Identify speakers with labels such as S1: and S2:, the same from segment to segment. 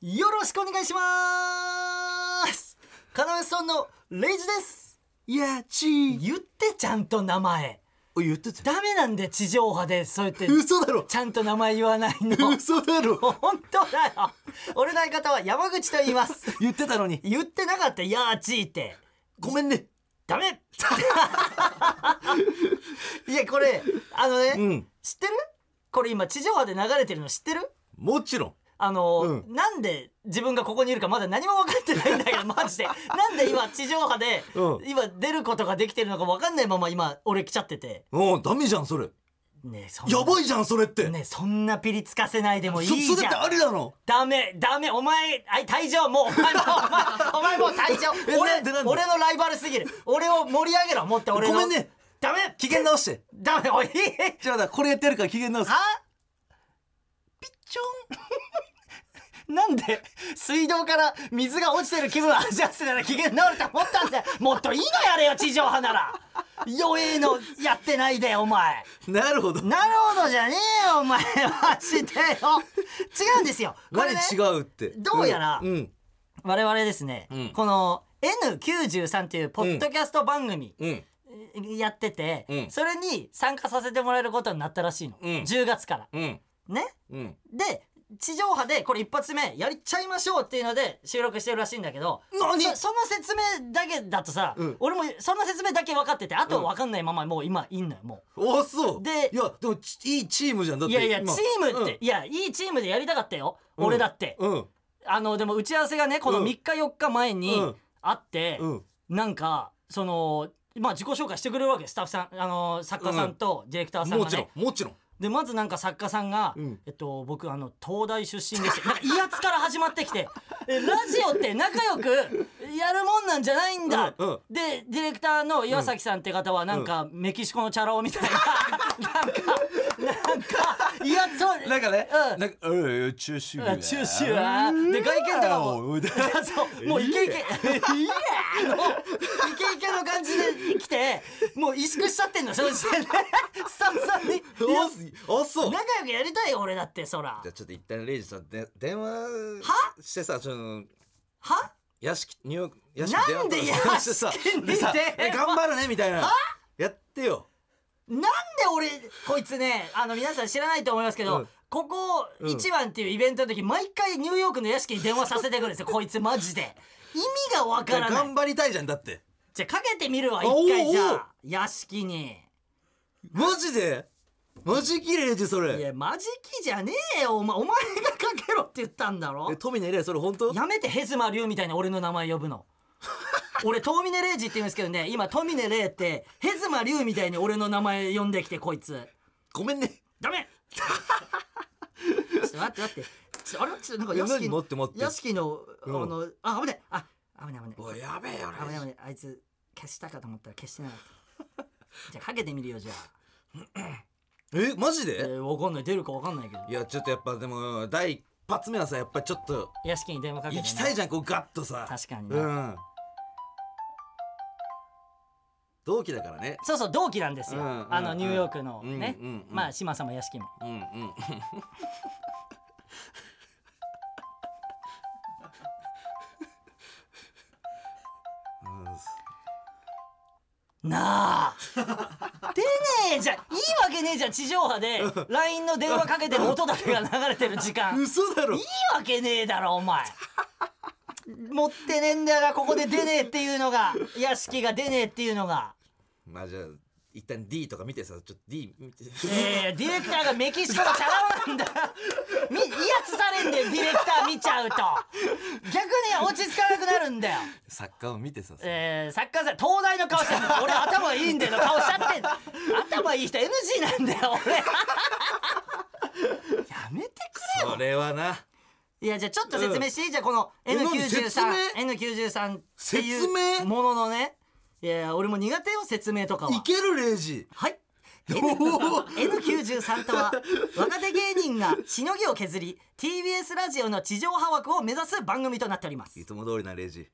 S1: よろしくお願いしますカナメさんのレイジです
S2: いやちー
S1: 言ってちゃんと名前
S2: お言ってた
S1: ダメなんで地上波でそうやって
S2: 嘘だろ
S1: ちゃんと名前言わないの
S2: 嘘だろ
S1: 本当だよ俺の相方は山口と言います
S2: 言ってたのに
S1: 言ってなかったやーちーって
S2: ごめんね
S1: ダ メいやこれあのね、
S2: うん
S1: 知ってるこれ今地上波で流れてるの知ってる
S2: もちろん
S1: あの、
S2: う
S1: なんで自分がここにいるかまだ何も分かってないんだけ どマジでなんで今地上波で、
S2: うん
S1: 今出ることができてるのか分かんないまま今俺来ちゃってて
S2: おうダメじゃんそれ
S1: ねえそんな
S2: やばいじゃんそれって、
S1: ねえそんなピリつかせないでもいい
S2: そ
S1: じゃん
S2: それってありなの
S1: ダメダメお前あい退場もうお前もうお前お前もう退場
S2: え
S1: 俺
S2: なんでなんで
S1: 俺のライバルすぎる俺を盛り上げろもっと俺の
S2: ごめんね
S1: ダメ
S2: 機嫌直して
S1: ダメおい
S2: じゃあだこれやってやるから機嫌直す
S1: は
S2: ピッチョン
S1: なんで水道から水が落ちてる気分を味わせたら機嫌治ると思ったんだよもっといいのやれよ地上波なら弱えのやってないでお前
S2: なるほど
S1: なるほどじゃねえよお前マジでよ違うんですよこ
S2: 何
S1: れ、ね、
S2: 違うって
S1: どうやら
S2: うんうん
S1: 我々ですね、
S2: うん
S1: この N93 っていうポッドキャスト番組、
S2: うん
S1: やってて、
S2: うん
S1: それに参加させてもらえることになったらしいの、
S2: うん
S1: 10月から
S2: うん
S1: ね
S2: うん
S1: で地上波でこれ一発目やりちゃいましょうっていうので収録してるらしいんだけど
S2: 何
S1: そその説明だけだとさ、
S2: うん
S1: 俺もその説明だけ分かっててあと分かんないままもう今いんのよも
S2: おそう
S1: で
S2: いやでもちいいチームじゃんだ
S1: う
S2: っ
S1: い
S2: て
S1: やいやチ
S2: 今
S1: ームって、
S2: うん
S1: いやいいチームでやりたかったよ、
S2: うん
S1: 俺だって、
S2: うん
S1: あのでも打ち合わせがねこの
S2: うん
S1: 3日4日前に
S2: うん
S1: あって、
S2: うん
S1: なんかそのまあ自己紹介してくれるわけスタッフさんあの作家さんとディレクターさん
S2: も
S1: が
S2: ちろん
S1: ね、
S2: もちろん
S1: でまずなんか作家さんが、
S2: うん
S1: えっと僕あの東大出身でしてなんか威圧から始まってきて えラジオって仲良くやるもんなんじゃないんだ、
S2: うんうん
S1: でディレクターの岩崎さんって方はなんか、メキシコのチャラ男みたいな なんかなんかいやそう
S2: なんかね、
S1: うん
S2: なんか、うん、中州
S1: うん中止はで外見とかもそうもうイケイケ いやあのイケイケの感じで来てもう萎縮しちゃってんのその 時点でスタッフさんにいや
S2: おあそう
S1: 仲良くやりたいよ俺だってそら
S2: じゃあちょっと一旦レイジさんで電話
S1: は
S2: してさその
S1: は
S2: 屋敷ニューヨーク屋敷
S1: なんで
S2: 電話してさ
S1: 屋敷に
S2: でさ
S1: 電話
S2: え頑張るねみたいなやってよ
S1: なんで俺こいつねあの皆さん知らないと思いますけど、
S2: うん
S1: ここ一番っていうイベントの時、毎回ニューヨークの屋敷に電話させてくるんです よこいつマジで意味がわからない
S2: 頑張りたいじゃんだって
S1: じゃあかけてみるわ一回
S2: おうおう
S1: じゃあ屋敷に
S2: マジでマジきレイジそ
S1: い
S2: れ
S1: やマジキじゃねえよお前お前がかけろって言ったんだろ
S2: え富野以来それ本当
S1: やめてヘズマリュウみたいな俺の名前呼ぶ の俺トミネレイジって言うんですけどね今トミネレイってヘズマリュウみたいに俺の名前呼んできてこいつ
S2: ごめんね
S1: ダ メちょっと待って待ってちょあれちょっとなんか
S2: いや
S1: 屋敷
S2: 何待って待って
S1: 屋敷のあ
S2: うん
S1: の、あ危ないあ危ない危ない
S2: おいやべえよ
S1: 危ない危
S2: レイジ
S1: ないあいつ消したかと思ったら消してなか ったじゃあかけてみるよじゃあ
S2: えマジ
S1: え
S2: で
S1: ー、わかんない出るかわかんないけど
S2: いやちょっとやっぱでも第一発目はさやっぱちょっと
S1: 屋敷に電話かけて
S2: 行きたいじゃんこうガッとさ
S1: 確かにね、
S2: うん同期だからね
S1: そうそう同期なんですよ、
S2: うんうん
S1: あのニューヨークの
S2: うん
S1: ね、
S2: うんうん
S1: まあ島さんも屋敷 も
S2: うんうん
S1: なあ出ねえじゃんいいわけねえじゃん地上波で LINE の電話かけてる音だけが流れてる時間いい
S2: 嘘だろ
S1: わけねえだろお前 持ってねえんだがここで出ねえっていうのが屋敷が出ねえっていうのが
S2: まあじゃあ一旦 D とか見てさちょっと D 見て
S1: えー、ディレクターがメキシコのチャラ男なんだみ威圧されんだよディレクター見ちゃうと逆に落ち着かなくなるんだよ
S2: 作家を見てさ
S1: えー、サッカーさん東大の顔してる俺頭いいんだよの顔しちゃってんの頭いい人 NG なんだよ俺やめてくれ
S2: それはない
S1: やじゃあちょっと説明していい、じゃあこの
S2: え何説
S1: N93N93 って
S2: 説
S1: い
S2: 明
S1: うもののねいやいや俺も苦手よ説明とかはい
S2: けるレイジ
S1: はい
S2: お
S1: N93 とは若手芸人がしのぎを削り TBS ラジオの地上波枠を目指す番組となっております
S2: いつも通りなレイジ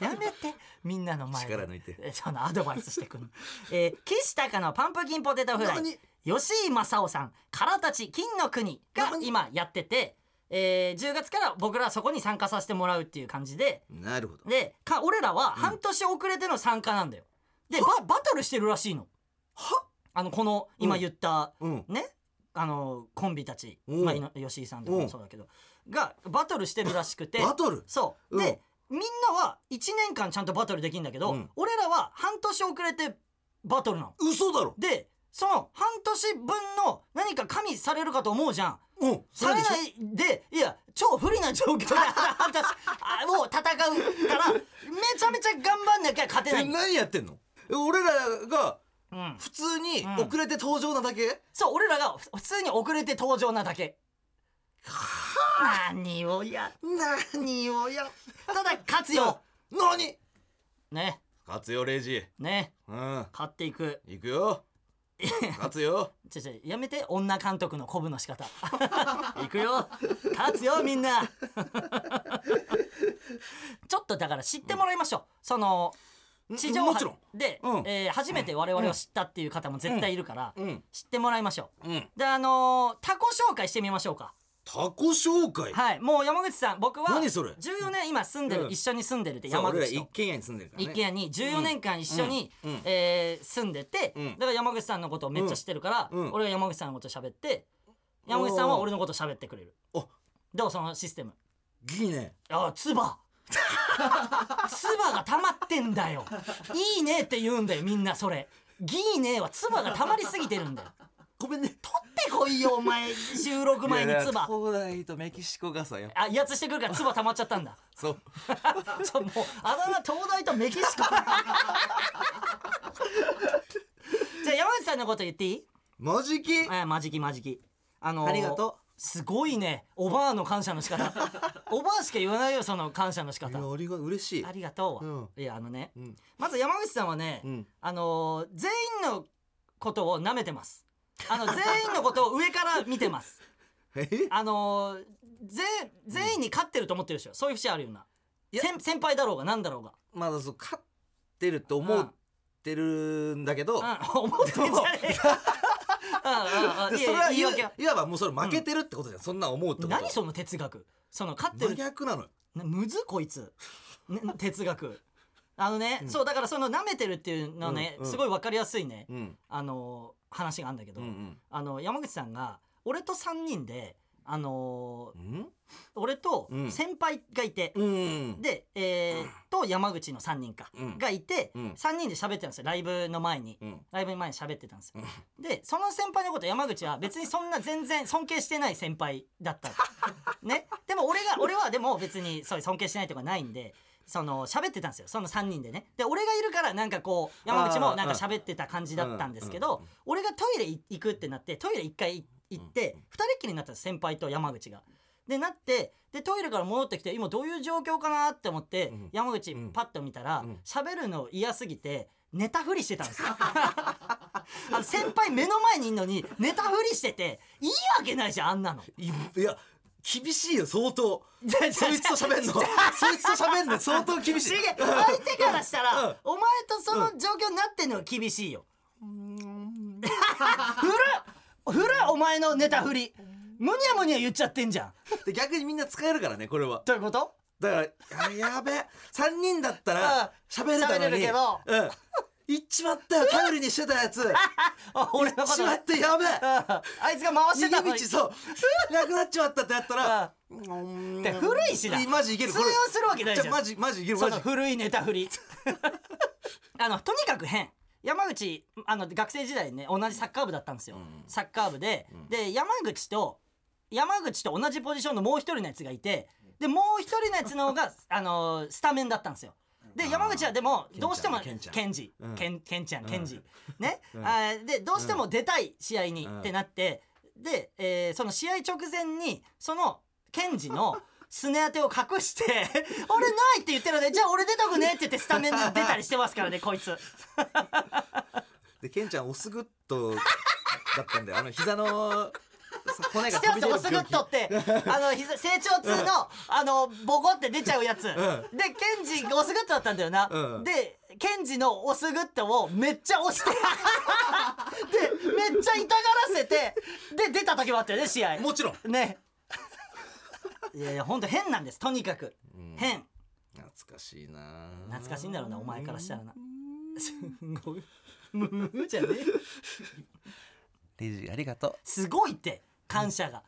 S1: やめてみんなの前で
S2: 力抜いて
S1: えそのアドバイスしてくんの、えー、岸高のパンプキンポテトフライ
S2: 何
S1: 吉井正夫さん「からたち金の国」が
S2: 何
S1: 今やっててえー10月から僕らはそこに参加させてもらうっていう感じで
S2: なるほど。
S1: でか俺らは半年遅れての参加なんだよ、でババトルしてるらしいの
S2: は
S1: あのこの今言った、
S2: うん。
S1: ねあのコンビたち、
S2: うん
S1: まあいの、吉井さんとかもそうだけどがバトルしてるらしくて
S2: バトル
S1: そう、
S2: うん
S1: でみんなは1年間ちゃんとバトルできるんだけど、
S2: うん
S1: 俺らは半年遅れてバトルなの
S2: 嘘だろ
S1: でその半年分の何か加味されるかと思うじゃん
S2: うん。
S1: され
S2: でしょ
S1: ないでいや超不利な状況で 私あもう戦うからめちゃめちゃ頑張んなきゃ勝てな
S2: え
S1: い、うん、
S2: 何やってんのえ俺らが普通に
S1: うん
S2: 遅れて登場なだけ、
S1: そう俺らがふ普通に遅れて登場なだけ何をや
S2: 何をや
S1: ただ勝つよ
S2: 何
S1: ね
S2: 勝つよレイジ
S1: ね
S2: うん
S1: 勝っていく
S2: 行 くよ勝つよ
S1: ちょちょやめて女監督の鼓舞の仕 方いくよ勝つよみんな ちょっとだから知ってもらいましょう、その地上波
S2: もちろん
S1: で、
S2: うん
S1: えー初めて我々を知ったっていう方も絶対いるから、
S2: うん
S1: 知ってもらいましょ
S2: うん
S1: うであのー、タコ紹介してみましょうか
S2: タコ紹介
S1: はいもう山口さん僕は
S2: 何それ
S1: 14年今住んでる、
S2: うん
S1: 一緒に住んでるって
S2: そう
S1: 山
S2: 俺ら
S1: 口
S2: 一
S1: と
S2: 軒家に住んでるからね
S1: 一軒家に14年間一緒に、
S2: うんうん
S1: えー住んでて、
S2: うん
S1: だから山口さんのことをめっちゃ知ってるから、
S2: うんうん
S1: 俺は山口さんのこと喋って山口さんは俺のこと喋ってくれる
S2: お
S1: どうそのシステム
S2: いいね
S1: ああ、唾 唾が溜まってんだよ。いいねって言うんだよ、みんなそれ。ギーネは唾が溜まりすぎてるんだよ。
S2: ごめんね
S1: 取ってこいよ、お 前。収録前に唾。
S2: 東大とメキシコがさよ
S1: あ、威圧してくるから唾溜まっちゃったんだ。
S2: そう
S1: ちょ、もう、あだ名東大とメキシ コ。じゃあ山内さんのこと言っていい
S2: マジキ
S1: あ、マジキマジキ。あのー
S2: ありがとう
S1: すごいね。おばあの感謝の仕方。 おばあしか言わないよ、その感謝の仕
S2: いや
S1: 方。
S2: ありが嬉しい
S1: ありがとうは。
S2: う
S1: いや、あのね。
S2: うん
S1: まず山口さんはね、
S2: うん
S1: あのー全員のことを舐めてます。あの、全員のことを上から見て ます。
S2: え
S1: あのーぜ全員に勝ってると思ってるでしょ。そういう節あるよな。
S2: や
S1: 先先輩だろうが何だろうが。
S2: まだそう勝ってると思ってるんだけど
S1: うん、思ってんじゃねえか。うん うんうん
S2: で
S1: い
S2: それ
S1: や
S2: はい
S1: 言い訳
S2: わ
S1: は
S2: ゆわばもうそれ負けてるってことじゃんそんなん思うってことは
S1: 何その哲学その勝って
S2: 真
S1: る
S2: 逆なのよ
S1: なむずこいつ、ね、哲学あのね、そうだからその舐めてるっていうのね、
S2: うんうん
S1: すごい分かりやすいね、
S2: うん
S1: あのー話があるんだけど、
S2: うん
S1: あの山口さんが俺と3人で、あのー
S2: うん
S1: 俺と
S2: うん
S1: 先輩がいて、
S2: うん
S1: で、えーと山口の3人か、
S2: うん
S1: がいて、
S2: うん
S1: 3人で喋ってたんですよライブの前に。
S2: うん
S1: ライブの前に喋ってたんですよ、でその先輩のこと山口は別にそんな全然尊敬してない先輩だったのねでも俺が俺はでも別にそういう尊敬してないとかないんでその喋ってたんですよその3人でねで俺がいるからなんかこう山口もなんか喋ってた感じだったんですけ
S2: うん
S1: ど俺がトイレ行くってなってトイレ1回行って2人っきりになったんです先輩と山口が。でなってでトイレから戻ってきて今どういう状況かなって思って、
S2: うん
S1: 山口
S2: うん
S1: パッと見たら
S2: うん
S1: 喋、るの嫌すぎて寝たふりしてたん ですよ。あの先輩目の前にいんのに寝たふりしてていいわけないじゃんあんなの。
S2: いいや厳しいよ相当そいつと喋 んの
S1: 違う
S2: そいつと喋んの相当厳しい
S1: 相手からしたら、
S2: うん
S1: お前とその状況になってんのが厳しいよ。 ふるふるお前の寝たふり。むにゃむにゃ言っちゃってんじゃん。
S2: で逆にみんな使えるからねこれは
S1: どういうこと
S2: だからあやべ3人だった
S1: うん
S2: ら喋れたの
S1: 喋れる
S2: に
S1: けど
S2: うん行っちまったよ頼りにしてたやつ行 っ
S1: あ俺のこ
S2: ち
S1: と
S2: ま
S1: ね
S2: ってやべ
S1: うんあいつが回してた
S2: 逃
S1: の
S2: げ道
S1: に
S2: そうなくなっちまったってやったらうん
S1: で古いしな
S2: マジいける
S1: 通
S2: これ
S1: 用するわけないじ
S2: じ
S1: ゃ
S2: ゃ
S1: ん
S2: あマジマジいける
S1: そ
S2: マ
S1: の
S2: ジ
S1: 古いネタ振り あのとにかく変山口あの学生時代ね同じサッカー部だったんですよ、
S2: うん
S1: サッカー部で、で山口と山口と同じポジションのもう一人のやつがいてでもう一人のやつの方 があのスタメンだったんですよで山口はでも
S2: ケンちゃん
S1: どうしても
S2: ケンちゃん
S1: ケンジ
S2: うん
S1: ケンケンちゃん
S2: うん
S1: ケン ジね
S2: うん
S1: あーでどうしても出たい試合に
S2: うん
S1: ってなってでえーその試合直前にそのケンジのすね当てを隠して 俺ないって言ってるのでじゃあ俺出たくねえって言ってスタメンで出たりしてますからねこいつ
S2: でケンちゃんオスグッドだったんだよあの 膝のさ骨
S1: 知
S2: が
S1: って
S2: 飛
S1: ま
S2: び
S1: す
S2: 出
S1: オ
S2: る
S1: スグッドってあの膝成長痛のあのボコって出ちゃうやつ、でケンジオスグッドだったんだよな、
S2: うん
S1: でケンジのオスグッドをめっちゃ押して でめっちゃ痛がらせてで出た時もあったよね試合
S2: もちろん
S1: ねいやいや本当変なんですとにかく
S2: うん
S1: 変
S2: 懐かしいな
S1: 懐かしいんだろうなお前からしたらなすごいむーじゃねえ
S2: レジありがと
S1: すごいって感謝が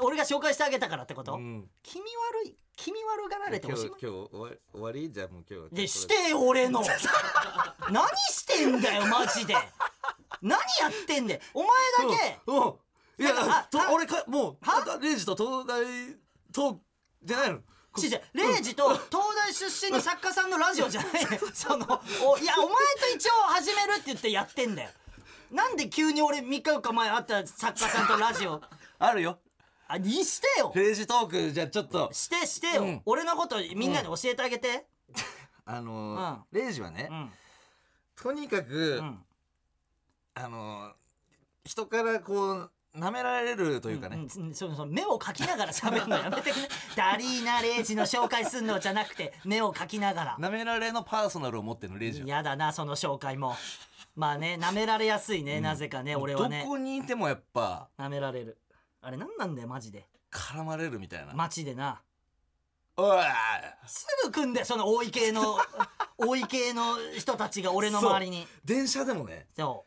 S1: 俺が紹介してあげたからってこ
S2: う
S1: と、
S2: ん
S1: 気味悪い気味悪がられて
S2: 今
S1: お
S2: 日
S1: し
S2: 今
S1: ま
S2: 日終わり終わりじゃあもう今日はこ
S1: い
S2: れ
S1: でしてよ俺の何してんだよマジで何やってんだよお前だけ
S2: うんうんいや
S1: なんかあ
S2: と
S1: は
S2: 俺かもうレイジと東大とじゃないのこ
S1: 違う違うレイジと東大出身の作家さんのラジオじゃない そのおいやお前と一応始めるって言ってやってんだよなんで急に俺3日4日前会った作家さんとラ ジオ
S2: あるよ
S1: あにしてよ
S2: レイジトークじゃあちょっと
S1: してしてよ、
S2: うん
S1: 俺のことみんなに教えてあげて
S2: あのーレイジはね
S1: うん
S2: とにかく
S1: うん
S2: あのー人からこう舐められるというか
S1: う
S2: ね
S1: んうんそのその目を描きながら喋るのやめてく れダリーナ・レイジの紹介すんのじゃなくて目を描きながら
S2: 舐められのパーソナルを持ってるのレイジは
S1: 嫌だなその紹介もまあね舐められやすいね、なぜかね俺はね
S2: どこにいてもやっぱ
S1: 舐められるあれ何なんだよマジで
S2: 絡まれるみたいな
S1: 街でな
S2: おい
S1: すぐ来んだよその多い系 の多い系の人たちが俺の周りに
S2: 電車でもね
S1: そ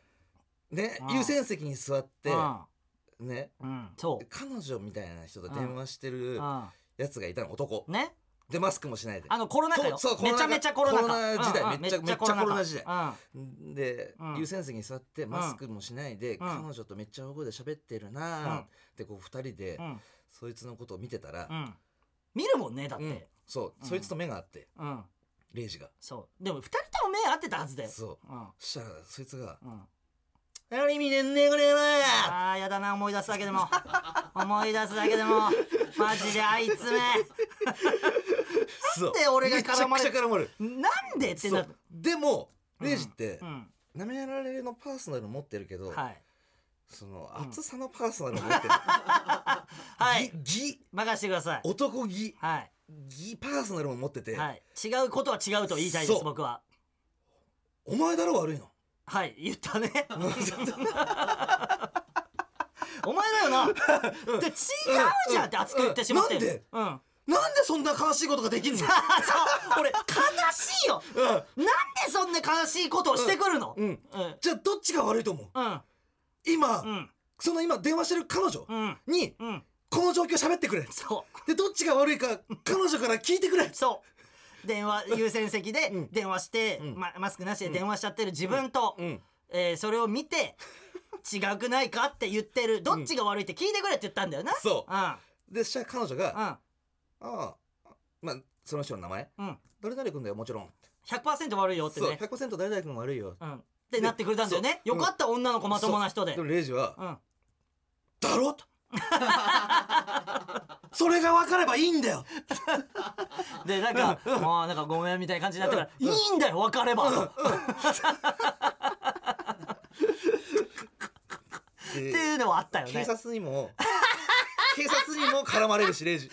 S2: ね
S1: うん
S2: 優先席に座っ
S1: う
S2: て
S1: うん
S2: ね
S1: うんそう
S2: 彼女みたいな人と電話して
S1: う
S2: るやつがいたの男
S1: んね
S2: でマスクもしないで
S1: あのコロナ禍よ
S2: そうそう
S1: めちゃめちゃコロナ禍
S2: コロナ時
S1: うん
S2: 代
S1: うん
S2: めっちゃめっちゃコロナ時代
S1: うん
S2: で、
S1: うん
S2: 優先席に座ってマスクもしないで、
S1: ん
S2: 彼女とめっちゃ大声で喋ってるなーってこう二人で、
S1: うん
S2: そいつのことを見てたら、
S1: うん見るもんねだっ
S2: うん
S1: て
S2: そう、
S1: うん
S2: そいつと目が合って
S1: うん
S2: レイジが
S1: そうでも二人とも目合ってたはずだよ
S2: そう
S1: うん
S2: そしたらそいつが
S1: うん
S2: 「何見てんねこれは!
S1: あーやだな思い出すだけで も思い出すだけでもマジであいつめ」
S2: そう
S1: で俺が絡まれ
S2: めちゃくちゃ絡まれる
S1: なんでってな
S2: そうでもレイジって、
S1: うんうん
S2: なめられのパーソナル持ってるけど、
S1: はい
S2: その熱さのパーソナル持ってる、
S1: はい
S2: ぎぎ
S1: 任せてください
S2: 男ぎ
S1: は
S2: ぎパーソナルも持って
S1: い
S2: て、
S1: はい違うことは違うと言いたいで
S2: そ
S1: す
S2: う
S1: 僕は
S2: お前だろ悪いの
S1: はい言った ねお前だよなで違うじゃんって熱く言ってしまって
S2: うん
S1: るうん
S2: なんでそんな悲しいことができん の
S1: そう俺悲しいよ
S2: うん
S1: なんでそんな悲しいことをしてくるの
S2: うんうん
S1: うん
S2: じゃあどっちが悪いと思う
S1: うん
S2: 今、
S1: うん
S2: その今電話してる彼女
S1: うん
S2: に、
S1: うん
S2: この状況喋ってくれ
S1: そう
S2: でどっちが悪いか彼女から聞いてくれ
S1: そう電話優先席で
S2: うん
S1: 電話して、
S2: ん
S1: まマスクなしで電話しちゃってる自分と、
S2: ん
S1: えーそれを見 て違くないかって言ってるどっちが悪いって聞いてくれって言ったんだよな、
S2: そ
S1: うん
S2: うでしたら彼女が「あ
S1: うん
S2: あまあその人の名前
S1: うん
S2: 誰々君だよもちろん」
S1: 100%悪いよって
S2: そう
S1: ね
S2: 100%誰々君悪いよ
S1: うんってなってくれたんだよね
S2: そう
S1: よかった女の子まともな人で
S2: でもレイジは
S1: うん
S2: 「だ ろ?」とそれが分かればいいんだよ
S1: でなんか「ああなんかごめん」みたいな感じになったから「
S2: うんうん
S1: いいんだよ分かれば」っ
S2: で
S1: ていうのはあったよ
S2: 警
S1: ね
S2: 察にも警察にも絡まれるしレイジ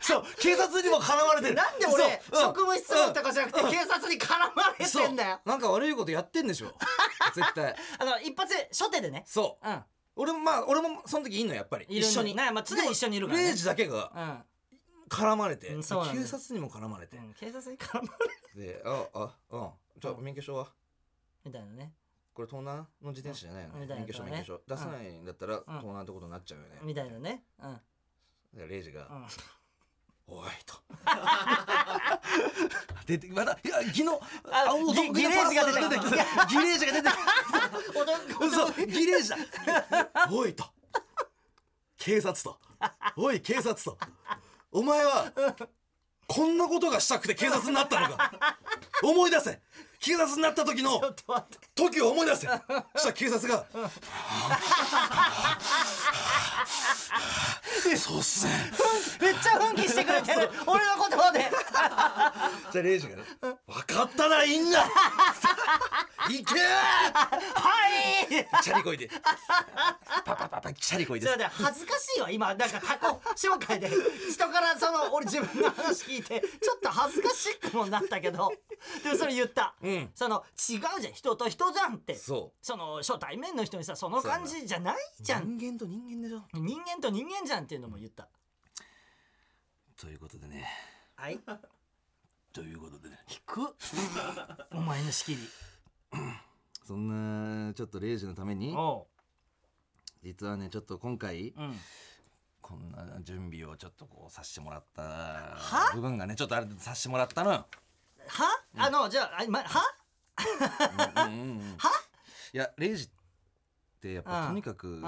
S2: そう警察にも絡まれてる
S1: なんで俺
S2: そううん
S1: 職務質問とかじゃなくて警察に絡まれ
S2: そう
S1: てんだよ
S2: なんか悪いことやってんでしょ絶対
S1: あの一発で初手でね
S2: そう
S1: うん
S2: 俺もまあ俺もその時いんのやっぱり
S1: いる
S2: 一
S1: んだ
S2: 緒に
S1: なまあ常に一緒にいるからね
S2: レイジだけが
S1: うん
S2: 絡まれて、
S1: うんそうなんだよ
S2: 警察にも絡まれて、
S1: うん警察に絡まれる
S2: でああうんじゃあ免許証は
S1: みたいなね
S2: これ盗難の自転車じゃないよね、
S1: うんみたいな
S2: 免許証免許証出さないんだったら盗
S1: ん
S2: 難ってことになっちゃうよね、
S1: みたいなねうん うん
S2: でレイジが、
S1: うん
S2: おいと 出てまだいや昨日
S1: あ
S2: お
S1: ギギレージが出てきた
S2: ギ レージが出てきた嘘ギレージだおいと警察とおい警察とお前はこんなことがしたくて警察になったのか思い出せ警察になった時の
S1: ちょっと待って
S2: 時を思い出せそしたら警察が「そうっすね
S1: めっちゃ奮起してくれてる 俺の言葉で」
S2: じゃあレイジがね「分かったないいんだ行け!」
S1: はいちょっ
S2: チャリこいでパパパパチャリこいで
S1: と待って恥ずかしいわ今なんか過去紹介で人からその俺自分の話聞いてちょっと恥ずかしくもなったけ どでもそれ言った、
S2: うん
S1: その違うじゃん人と人じゃんってそ
S2: そ
S1: の初対面の人にさその感じじゃないじ
S2: う
S1: ゃん
S2: 人間と人間でしょ
S1: 人間と人間じゃんっていうのも言った
S2: ということでね
S1: はい
S2: ということでね
S1: 低っお前の仕切り
S2: そんなちょっとレイジのために
S1: お
S2: 実はねちょっと今回
S1: う、うん、
S2: こんな準備をちょっとこうさせてもらった部分がねちょっとあれさせてもらったの よ。
S1: は、あのじゃああ、ま、は
S2: うんうんうんうん
S1: はい
S2: やレイジってやっぱ
S1: うん
S2: とにかく、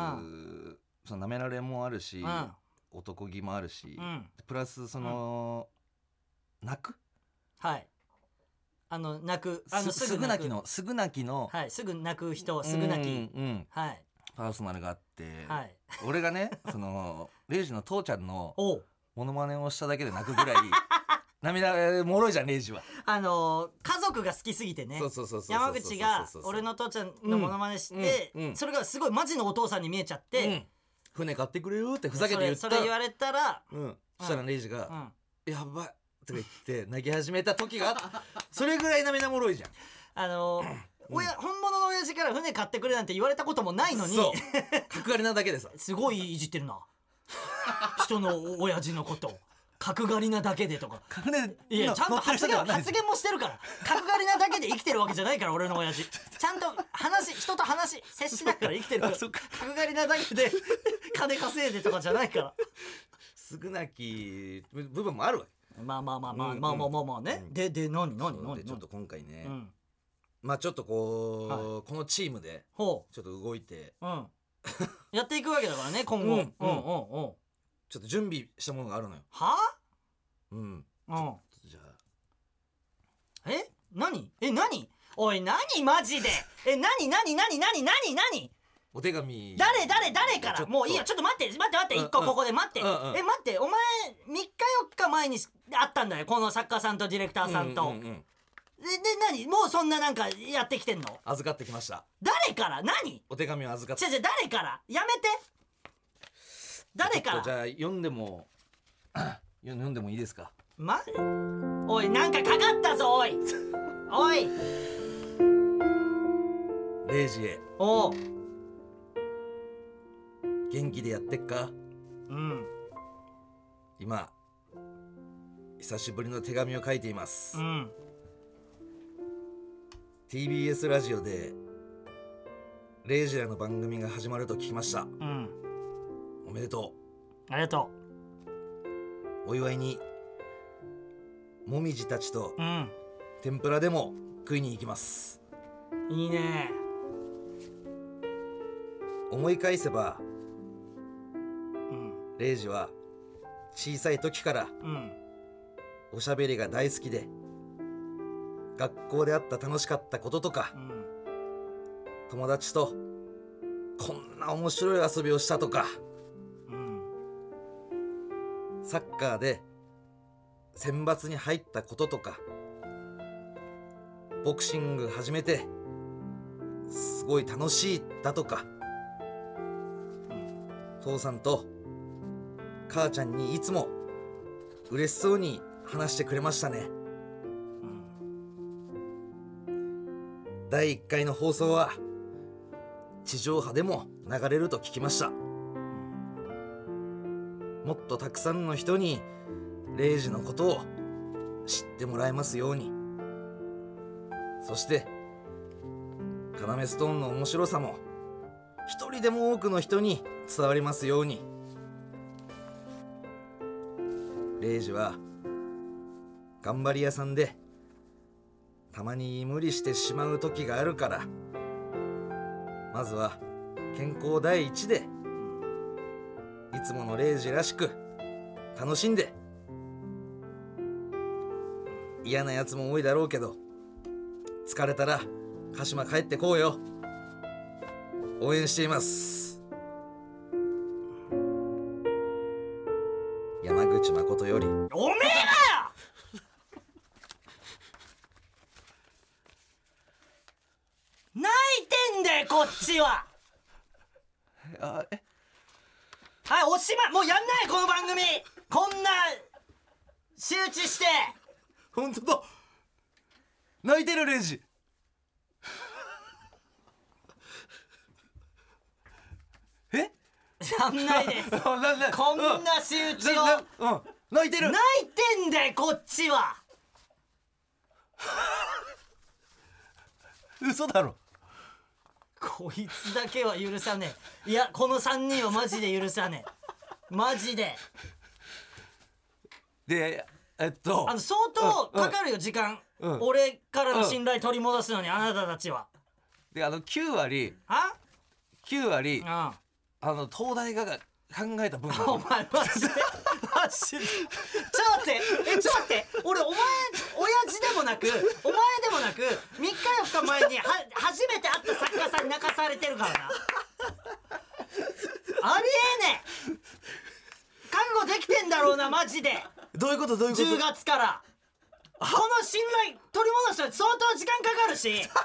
S2: その舐められもあるし、
S1: うん
S2: 男気もあるし、
S1: うん
S2: プラスその、泣く
S1: はいあの泣くあの
S2: すすぐ泣きのすぐ泣きの、
S1: はいすぐ泣く人すぐ泣
S2: うん
S1: き
S2: うん
S1: はい
S2: パーソナルがあって、
S1: はい
S2: 俺が ねそのレイジの父ちゃんの
S1: おう
S2: モノマネをしただけで泣くぐらい 涙えーもろいじゃんレイジは。
S1: あのー家族が好きすぎてね
S2: そうそうそうそう
S1: 山口が俺の父ちゃんのモノマネして、
S2: うんうんうん
S1: それがすごいマジのお父さんに見えちゃって、
S2: うん船買ってくれよってふざけて言った
S1: それそれ言われたら、
S2: うん、そしたらレイジ
S1: う
S2: が
S1: ん、
S2: 「やばい」とか言って泣き始めた時があったそれぐらい涙もろいじゃん
S1: あのー親本物の親父から船買ってくれなんて言われたこともないのに
S2: そう角刈りなだけでさ
S1: すごいいじってるな人の親父のこと角刈りなだけでとか
S2: 金
S1: いやちゃんと発言
S2: ない
S1: 発言もしてるから角刈りなだけで生きてるわけじゃないから俺の親父ちゃんと話人と話接しながら生きてるから
S2: あそっか
S1: 角刈りなだけで金稼いでとかじゃないから
S2: すぐなき部分もあるわけ
S1: まあまあまあまあ、
S2: うんうん
S1: まあまあまあまあね、
S2: うん
S1: でで何何
S2: なの
S1: 何
S2: でちょっ
S1: 何
S2: と今回ね、
S1: うん
S2: まあちょっとこう、このチームで
S1: ほ
S2: ちょっと動いて
S1: ううん やっていくわけだからね今後、う、
S2: うんん
S1: うんうん
S2: う
S1: うんん
S2: ちょっと準備したものがあるのよ
S1: は
S2: うん
S1: うん
S2: じゃあ
S1: え何え何おい何マジでえ何何何何何何
S2: お手紙
S1: 誰誰誰か
S2: ちょ
S1: ら
S2: っと
S1: もういいよちょっと待って待って待って
S2: うん
S1: 一個ここで待って、
S2: うんうん
S1: え待ってお前3日4日前に会ったんだよこの作家さんとディレクターさんと、
S2: うんうんうん
S1: でで何もうそんななんかやってきてんの
S2: 預かってきました
S1: 誰から何
S2: お手紙を預かって
S1: じゃじゃ誰からやめて誰か
S2: ちょっとじ
S1: ら
S2: ゃあ読んでも 読ん読んでもいいですか
S1: まおいなんかかかったぞおいおい
S2: レイジへ
S1: おう
S2: 元気でやってっか
S1: うん
S2: 今久しぶりの手紙を書いています、
S1: うん
S2: TBS ラジオでレイジらの番組が始まると聞きました
S1: うん
S2: おめでと
S1: ありがと
S2: うお祝いにもみじたちと
S1: ううん
S2: 天ぷらでも食いに行きます
S1: いいね
S2: 思い返せば
S1: うん
S2: レイジは小さい時から
S1: うん
S2: おしゃべりが大好きで学校であった楽しかったこととか
S1: うん
S2: 友達とこんな面白い遊びをしたとか
S1: うん
S2: サッカーで選抜に入ったこととかボクシング始めてすごい楽しいだとか父さんと母ちゃんにいつも嬉しそうに話してくれましたね
S1: うん
S2: 第1回の放送は地上波でも流れると聞きましたもっとたくさんの人にレイジのことを知ってもらえますようにそして要ストーンの面白さも一人でも多くの人に伝わりますようにレイジは頑張り屋さんでたまに無理してしまう時があるからまずは健康第一でいつものレイジらしく楽しんで嫌なやつも多いだろうけど疲れたら鹿島帰ってこうよ応援しています山口誠より
S1: おめえだよ泣いてんだよこっちは
S2: あえ
S1: はいおしまいもうやんないこの番組こんな集中して
S2: 本当だ泣いてるレイジ え
S1: やんないです
S2: あなな
S1: こん
S2: う
S1: な仕打ちを
S2: ななうん泣いてる
S1: 泣いてんだよこっちは
S2: 嘘だろ
S1: こいつだけは許さねえいやこの3人はマジで許さねえマジで
S2: でえっと
S1: あの相当かかるよ時間、
S2: うん
S1: 俺からの信頼取り戻すのにあなたたちは
S2: であの9割
S1: あ
S2: 9割
S1: あ
S2: あの東大が考えた分
S1: あお前マジでマジでちょっと待ってえちょっと待って俺お前親父でもなくお前でもなく3日4日前には初めて会った作家さんに泣かされてるからなありえねえ覚悟できてんだろうなマジで
S2: どういうことどういうこと
S1: 10月からこの信頼取り戻すのに相当時間かかるし相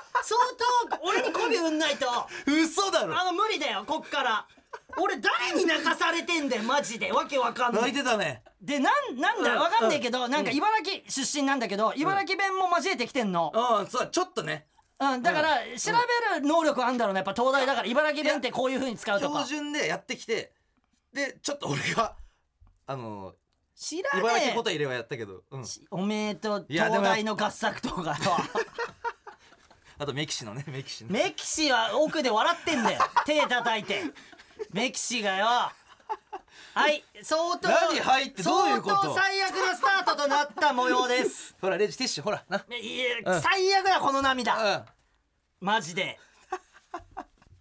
S1: 当俺に媚び売んないと
S2: 嘘だろ
S1: あの無理だよこっから俺誰に泣かされてんだよマジでわけわかんな
S2: 泣
S1: い
S2: いてたね
S1: でなんなんだ
S2: うん
S1: わかんねえけどなんか茨城出身なんだけど茨城弁も交えてきてんの
S2: うんそうちょっとね
S1: うんだから調べる能力あんだろうねやっぱ東大だから茨城弁ってこういう風に使うと
S2: 標
S1: か
S2: 準でやってきてでちょっと俺があの
S1: 知ら
S2: 茨
S1: ね
S2: 城
S1: え
S2: こと入れはやったけど、うん、
S1: おめえと
S2: いや
S1: 東
S2: でも
S1: 大の合作とかよ
S2: あとメキシのね メキシの
S1: メキシは奥で笑ってんだよ手叩いてメキシがよはい相当
S2: 何入ってどういうこと
S1: 相当最悪のスタートとなった模様です
S2: ほらレジティッシュほらない
S1: や、
S2: うん
S1: 最悪だこの涙
S2: うん
S1: マジ で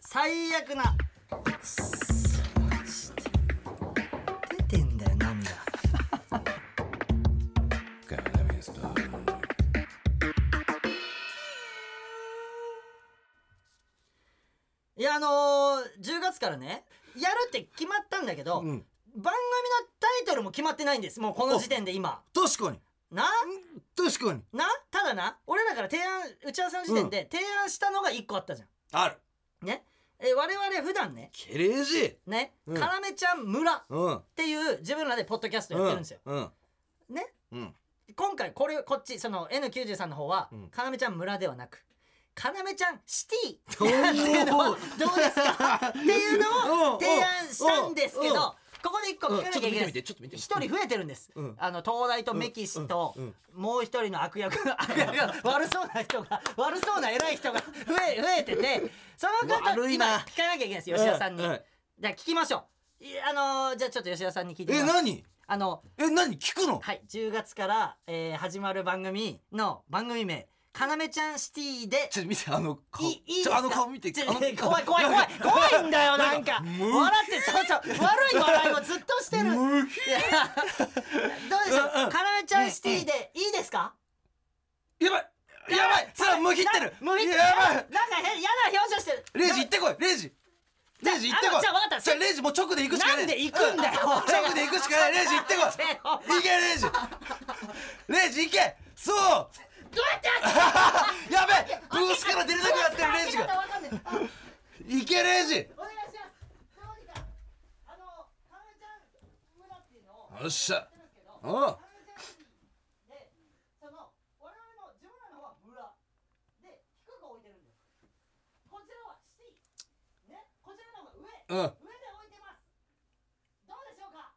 S1: 最悪なマジで出てんだよ涙いやあのー、10月からねやるって決まったんだけど、
S2: うん
S1: 番組のタイトルも決まってないんですもうこの時点で今
S2: 確かに
S1: な
S2: 確かに
S1: なただな俺らから提案打ち合わせの時点で提案したのが1個あったじゃ
S2: ある
S1: んねえ我々普段ね
S2: ケレジ
S1: ね、
S2: うん
S1: カラメちゃん村っ
S2: うんうん
S1: ていう自分らでポッドキャストやってるんですよ、
S2: うん
S1: ね
S2: うん
S1: 今回これこっちその N93 の方は、
S2: うん
S1: かなめちゃん村ではなくかなめちゃんシ テ
S2: お
S1: ィ
S2: ー
S1: っていうのをどうですかっていうの
S2: おーお
S1: を
S2: ー
S1: 提案したんですけ
S2: おーおー
S1: どここで一個
S2: う
S1: 聞
S2: ん
S1: かな
S2: ち
S1: き
S2: ょ
S1: ゃ
S2: っ
S1: い
S2: と
S1: けない
S2: 見てみ
S1: です
S2: てちょっと見て
S1: 一人増えてるんです、
S2: うん
S1: あの東大とメキシと
S2: うんうん
S1: もう一人の悪役 悪役が悪そうな人が悪そうな偉い人が 増え増えててその方
S2: 悪い
S1: 今
S2: な
S1: 聞かなきゃいけないです吉田さんに、
S2: う
S1: じ
S2: う
S1: ゃあ聞きましょういあのーじゃあちょっと吉田さんに聞いてみ
S2: え
S1: ます
S2: 何
S1: あの
S2: え何聞くの
S1: はい、10月から、えー始まる番組の番組名、かなめちゃんシティで、
S2: ちょっと見てあの顔
S1: いいいいで
S2: ち
S1: す
S2: ょ
S1: か
S2: あの顔見て
S1: ちょ
S2: あの顔
S1: 怖い怖い 怖い怖いんだよなんか
S2: なんかむ
S1: 笑ってそうそう悪い笑いをずっとしてるいやどう
S2: 無比
S1: でしょう
S2: うんうん
S1: かなめちゃんシティでいいですか
S2: やばいやばいさあむきってる
S1: 無理ってる
S2: やばい
S1: なんか変嫌な表情してる
S2: レイジ行ってこいレイジレイジ行って
S1: あ
S2: こい
S1: じゃあわかった
S2: じゃあレイジもう直で行くしかねえ
S1: なんで行くんだよ
S2: う直で行くしかねえレイジ行ってこ
S1: こ
S2: い行けレイジレイジ行けそう
S1: どうやって
S2: やべえブースから出れなくなってるレイジが
S1: わかんないあ
S2: 行けレイジ
S1: お願いしますどうにかあのかなめちゃん村っていうのを
S2: よっしゃ
S1: やってるんですけど
S2: おう
S1: で、その我々の自分らの方は村で低く置いてるんです。こちらはシティね、こちらの方が上、
S2: うん
S1: 上で置いてます。どうでしょうか。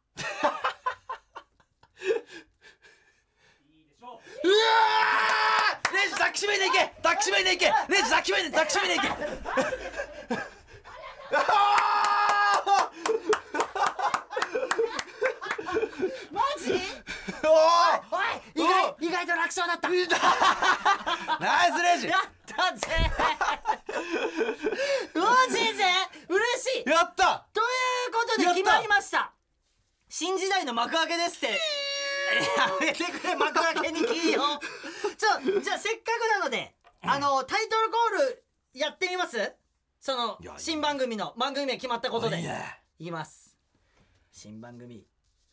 S2: うわーレイジ抱きしめに行け抱きしめに行けレイジ抱きしめに抱きしめに行け あ
S1: マジ？
S2: ーお
S1: おい、意外意外と楽勝だった。
S2: ーいた ナイスレイジ
S1: やったぜ。 マジで嬉しい。
S2: やった
S1: ということで
S2: やった
S1: 決まりました新時代の幕開けですってやめてくれ幕開けにキーをちょじゃあせっかくなのであのタイトルコールやってみますその
S2: いやいい
S1: 新番組の番組名決まったことで
S2: いいね
S1: 言います新番組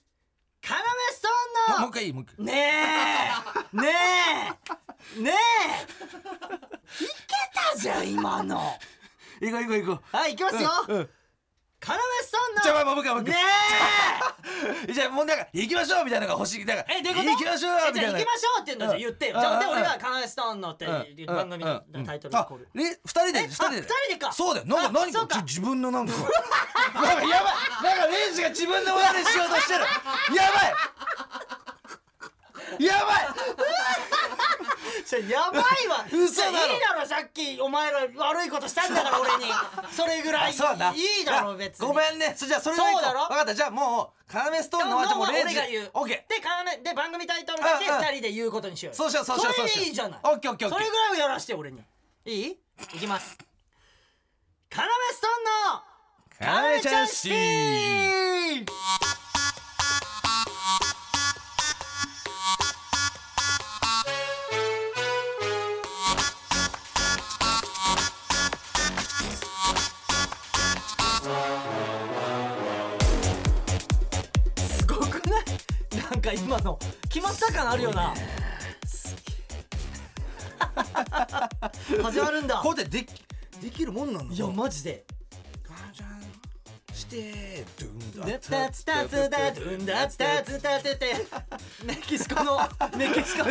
S1: 「カナメストーン
S2: も
S1: の
S2: う」一回いいもう一回
S1: ねえねえねえいけたじゃん今の
S2: 行こう行こう行こ
S1: はい行きま
S2: う
S1: すよ
S2: うんうん
S1: カナメスト
S2: じゃ
S1: ーン
S2: あもう一回もう
S1: の
S2: 一
S1: ね
S2: 回
S1: え
S2: じゃあもうなんか行きましょうみたいなのが欲しいだから
S1: えどういうこと
S2: 行きましょう
S1: え
S2: み
S1: じゃ
S2: た
S1: あ
S2: い
S1: 行き
S2: な
S1: ましょうっていうのじゃ言ってよじゃあで
S2: うんうん
S1: 俺が「カナメストーンの」って
S2: うん
S1: いう番組のタイトル
S2: うん
S1: コール
S2: あれ二人で
S1: え
S2: 二人で
S1: あ二人でか
S2: そうだよなんか
S1: あ
S2: 何
S1: そうか
S2: かじ自分 のなんかなんかやばいなんかレイジが自分の話しようとしてるやばいや
S1: それやばいわ
S2: 嘘だろ
S1: いやいいだろさっきお前ら悪いことしたんだから 俺にそれぐ
S2: ば
S1: ら
S2: い
S1: い
S2: そうだ
S1: いいだろ別に
S2: ごめんねそじゃあそれでいこ
S1: そうだろ
S2: 分かったじゃあもうカラメストーン
S1: どん
S2: のは
S1: どん
S2: もう
S1: 俺
S2: 0時
S1: が言う
S2: OK
S1: で絡めで番組タイトルだけ
S2: うんうん
S1: 2人で言うことにしようよ
S2: そうしようそうしよう
S1: それ
S2: そうしよう
S1: でいいじゃない
S2: オッケーオッケーオッケ
S1: そ
S2: ー
S1: れぐらいをやらして俺にいいいきますカラメストーンの
S2: カラメちゃんシ
S1: ーすごくないなんか今の決まった感あるよな 始まるんだ
S2: こうやってできできるもんなんだ
S1: いやマジで
S2: カラメちゃんしてドゥンダ
S1: ねタツタツタドゥンダツタツタツテメキシコのメキシコの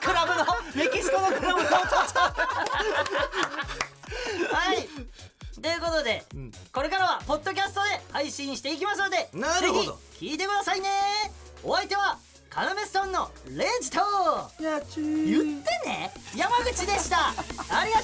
S1: クラブのメキシコのクラブの音はいということで、
S2: ん
S1: これからはポッドキャストで配信していきますので
S2: なるほど
S1: ぜひ聞いてくださいねお相手はカナメストーンのレンジと
S2: やち
S1: 言ってね山口でしたありが